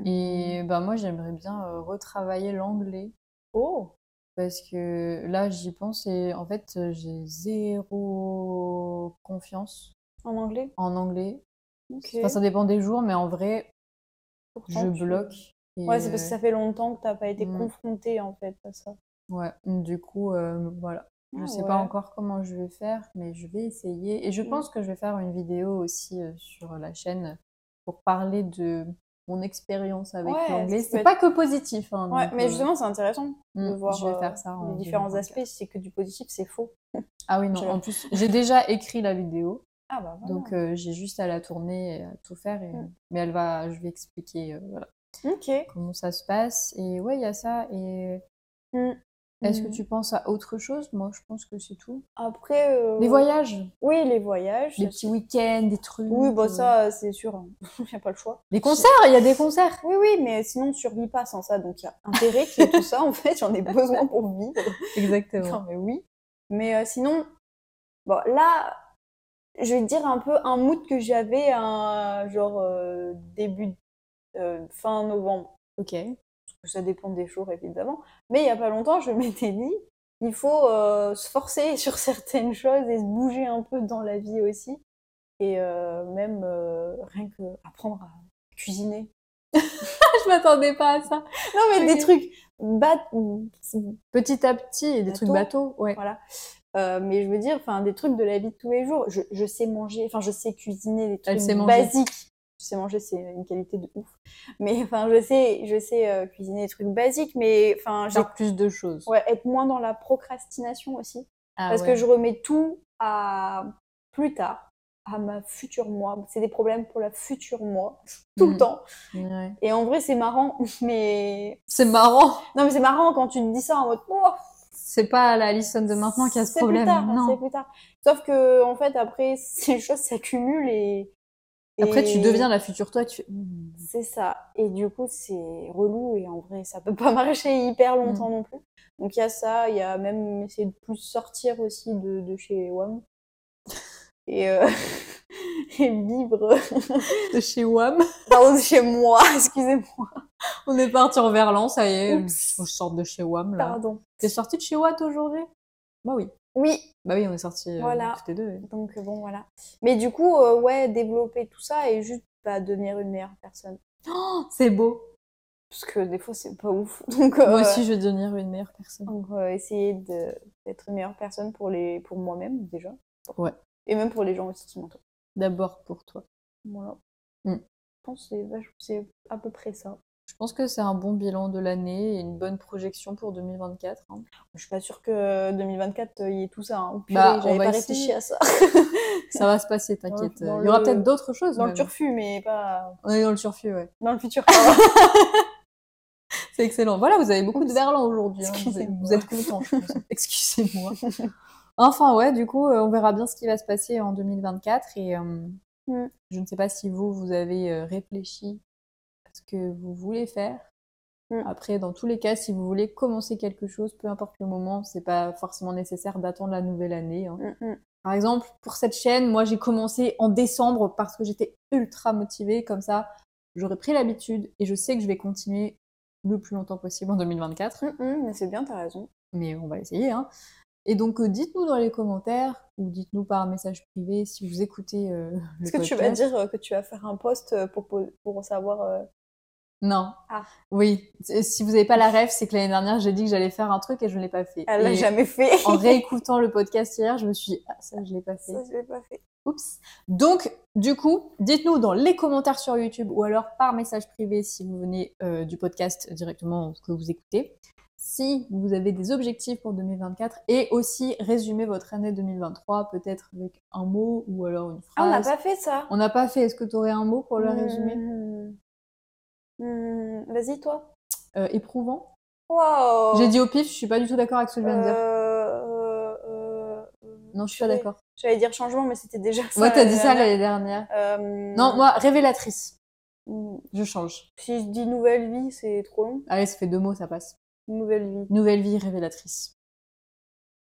Speaker 2: Et bah moi j'aimerais bien euh, retravailler l'anglais.
Speaker 3: Oh,
Speaker 2: Parce que là, j'y pense et en fait, euh, j'ai zéro confiance
Speaker 3: en anglais
Speaker 2: en anglais.
Speaker 3: Ok.
Speaker 2: Enfin, ça dépend des jours, mais en vrai, je
Speaker 3: Pourtant, tu-
Speaker 2: bloque. et,
Speaker 3: Ouais, c'est parce que ça fait longtemps que t'as pas été
Speaker 2: Mm.
Speaker 3: confronté en fait à ça.
Speaker 2: euh, ouais. Du coup, euh, voilà. Je
Speaker 3: Ah
Speaker 2: sais pas
Speaker 3: ouais.
Speaker 2: encore comment je vais faire, mais je vais essayer. Et je
Speaker 3: Mm.
Speaker 2: pense que je vais faire une vidéo aussi euh, sur la chaîne pour parler de mon expérience avec
Speaker 3: Ouais,
Speaker 2: l'anglais.
Speaker 3: ça peut
Speaker 2: C'est
Speaker 3: être-
Speaker 2: pas que positif. hein,
Speaker 3: Ouais,
Speaker 2: donc,
Speaker 3: mais
Speaker 2: euh,
Speaker 3: justement, c'est intéressant
Speaker 2: mm,
Speaker 3: de voir
Speaker 2: je vais
Speaker 3: euh,
Speaker 2: faire ça en
Speaker 3: les différents
Speaker 2: 2024.
Speaker 3: aspects. Si c'est que du positif, c'est faux.
Speaker 2: Ah oui,
Speaker 3: Je-
Speaker 2: non. En plus, j'ai déjà écrit la vidéo.
Speaker 3: Ah bah voilà.
Speaker 2: Donc euh, j'ai juste à la tourner, et à tout faire. et-
Speaker 3: Mm.
Speaker 2: Mais elle va, je vais expliquer euh, voilà,
Speaker 3: ok.
Speaker 2: comment ça se passe. Et ouais, il y a ça. Et est-ce que
Speaker 3: Mm.
Speaker 2: tu penses à autre chose Moi, je pense que c'est tout.
Speaker 3: Après. euh,
Speaker 2: Les voyages,
Speaker 3: Oui, les voyages.
Speaker 2: les
Speaker 3: ça,
Speaker 2: petits week-ends, des trucs.
Speaker 3: Oui, bah
Speaker 2: euh,
Speaker 3: ça, c'est sûr. Il n'y a pas le choix.
Speaker 2: Les concerts, il y a des concerts.
Speaker 3: Oui, oui, mais sinon, on ne survit pas sans ça. Donc, il y a intérêt qu'il y ait tout ça. En fait, j'en ai besoin pour vivre.
Speaker 2: Exactement.
Speaker 3: Enfin, mais oui. Mais euh, sinon, bon, là, je vais dire un peu un mood que j'avais, un genre euh, début, euh, fin novembre.
Speaker 2: Ok.
Speaker 3: que ça dépend des jours évidemment, mais il y a pas longtemps, je m'étais dit, il faut euh, se forcer sur certaines choses et se bouger un peu dans la vie aussi, et euh, même euh, rien que apprendre à cuisiner.
Speaker 2: je m'attendais pas à ça.
Speaker 3: Non mais
Speaker 2: Ok.
Speaker 3: des trucs bêtes,
Speaker 2: Petit à petit, et des trucs bateaux. Ouais.
Speaker 3: Voilà. Euh, mais je veux dire, enfin des trucs de la vie de tous les jours. Je, je sais manger, enfin je sais cuisiner des
Speaker 2: Elle
Speaker 3: trucs
Speaker 2: sait manger.
Speaker 3: basiques. Je sais manger, c'est une qualité de ouf. Mais enfin je sais, je sais euh, cuisiner des trucs basiques, mais enfin j'ai
Speaker 2: Faire plus de choses.
Speaker 3: Ouais, être moins dans la procrastination aussi.
Speaker 2: Ah
Speaker 3: parce
Speaker 2: ouais.
Speaker 3: que je remets tout à plus tard, à ma future moi. C'est des problèmes pour la future moi, tout le
Speaker 2: Mm.
Speaker 3: temps.
Speaker 2: Ouais.
Speaker 3: Et en vrai, c'est marrant, mais.
Speaker 2: C'est marrant.
Speaker 3: Non, mais c'est marrant quand tu te dis ça en mode. Oh,
Speaker 2: C'est pas la Alison de maintenant qui a ce
Speaker 3: c'est plus
Speaker 2: problème.
Speaker 3: tard, hein, C'est
Speaker 2: non.
Speaker 3: plus tard. Sauf que, en fait, après, ces choses s'accumulent et.
Speaker 2: Après, tu
Speaker 3: et-
Speaker 2: deviens la future toi. Tu fais. Hmm.
Speaker 3: C'est ça. Et du coup, c'est relou et en vrai, ça peut pas marcher
Speaker 2: Mm.
Speaker 3: hyper longtemps non plus. Donc il y a ça, il y a même essayer de plus sortir aussi de, de chez WAM et, euh, et vivre.
Speaker 2: de chez WAM.
Speaker 3: Pardon, de chez moi, excusez-moi.
Speaker 2: On est parti en Verlan, ça y est.
Speaker 3: Oups.
Speaker 2: On sort de chez WAM là.
Speaker 3: Pardon.
Speaker 2: T'es sorti de chez Watt aujourd'hui Bah oui.
Speaker 3: Oui,
Speaker 2: Bah oui, on est sorti
Speaker 3: Voilà.
Speaker 2: tous les deux.
Speaker 3: donc bon, voilà. Mais du coup, euh, ouais, développer tout ça et juste bah, devenir une meilleure personne. Oh,
Speaker 2: C'est beau.
Speaker 3: Parce que des fois, c'est pas ouf. Donc, euh,
Speaker 2: Moi aussi, je veux devenir une meilleure personne.
Speaker 3: Donc, euh, essayer de- d'être une meilleure personne pour, les, pour moi-même, déjà.
Speaker 2: Ouais.
Speaker 3: Et même pour les gens aussi qui m'entourent.
Speaker 2: D'abord pour toi.
Speaker 3: Voilà.
Speaker 2: Mm.
Speaker 3: Je pense que c'est vach- c'est à peu près ça.
Speaker 2: Je pense que c'est un bon bilan de l'année et une bonne projection pour 2024. hein.
Speaker 3: Je suis pas sûre que 2024, euh, il y ait tout ça. hein. Au purée,
Speaker 2: Bah, on
Speaker 3: j'avais
Speaker 2: va
Speaker 3: pas
Speaker 2: essayer.
Speaker 3: réfléchi à ça.
Speaker 2: Ça va se passer, t'inquiète.
Speaker 3: Dans
Speaker 2: Il y aura
Speaker 3: le-
Speaker 2: peut-être d'autres choses.
Speaker 3: Dans le
Speaker 2: même.
Speaker 3: turfu, mais pas
Speaker 2: On est dans le turfu, ouais.
Speaker 3: dans le futur. pardon.
Speaker 2: C'est excellent. Voilà, vous avez beaucoup de verlan aujourd'hui. hein. Vous êtes-
Speaker 3: Excusez-moi.
Speaker 2: Vous êtes contents, je pense. Excusez-moi. Enfin, ouais, du coup, euh, on verra bien ce qui va se passer en 2024. Et euh,
Speaker 3: Mm.
Speaker 2: je ne sais pas si vous, vous avez euh, réfléchi à ce que vous voulez faire.
Speaker 3: Mm.
Speaker 2: Après, dans tous les cas, si vous voulez commencer quelque chose, peu importe le moment, c'est pas forcément nécessaire d'attendre la nouvelle année. hein.
Speaker 3: Mm, mm.
Speaker 2: Par exemple, pour cette chaîne, moi j'ai commencé en décembre parce que j'étais ultra motivée, comme ça j'aurais pris l'habitude et je sais que je vais continuer le plus longtemps possible en 2024,
Speaker 3: Mm, mm, mais c'est bien, t'as raison.
Speaker 2: mais on va essayer. Hein. Et donc euh, dites-nous dans les commentaires ou dites-nous par message privé si vous écoutez euh, le
Speaker 3: Est-ce que tu vas
Speaker 2: podcast.
Speaker 3: dire euh, que tu vas faire un post euh, pour, po- pour savoir. euh,
Speaker 2: Non.
Speaker 3: Ah.
Speaker 2: Oui, C'est- si vous n'avez pas la rêve, c'est que l'année dernière j'ai dit que j'allais faire un truc et je ne l'ai pas fait.
Speaker 3: Elle l'a
Speaker 2: Et
Speaker 3: jamais fait.
Speaker 2: En réécoutant le podcast hier, je me suis dit, ah ça je l'ai pas fait.
Speaker 3: Ça, je l'ai pas fait.
Speaker 2: Oups. Donc, du coup, dites-nous dans les commentaires sur YouTube ou alors par message privé si vous venez euh, du podcast directement que vous écoutez, si vous avez des objectifs pour 2024 et aussi résumer votre année 2023 peut-être avec un mot ou alors une
Speaker 3: Ah, on n'a
Speaker 2: phrase.
Speaker 3: pas Euh, fait ça.
Speaker 2: on n'a pas fait. Est-ce que tu aurais un mot pour le résumer
Speaker 3: Mm. Mm, Vas-y, toi.
Speaker 2: Euh, Éprouvant.
Speaker 3: Waouh.
Speaker 2: J'ai dit au pif, je suis pas du tout d'accord avec ce que je viens de dire.
Speaker 3: Euh, euh, euh,
Speaker 2: Non, je suis pas
Speaker 3: purée.
Speaker 2: d'accord.
Speaker 3: J'allais dire changement, mais c'était déjà ça. Euh.
Speaker 2: Moi, t'as dit ça
Speaker 3: là.
Speaker 2: l'année dernière. Non, moi, révélatrice. Je change.
Speaker 3: hmm. Si je dis nouvelle vie, c'est trop long.
Speaker 2: Allez, ça fait deux mots, ça passe.
Speaker 3: Nouvelle vie,
Speaker 2: Nouvelle vie révélatrice.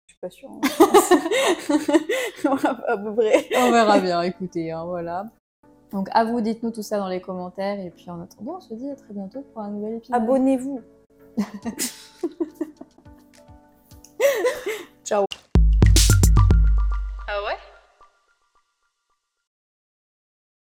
Speaker 3: je suis pas sûre. hein. à peu près.
Speaker 2: On verra bien, écoutez, hein, voilà. Donc à vous, dites-nous tout ça dans les commentaires. Et puis en attendant, on se dit à très bientôt pour un nouvel épisode.
Speaker 3: Abonnez-vous.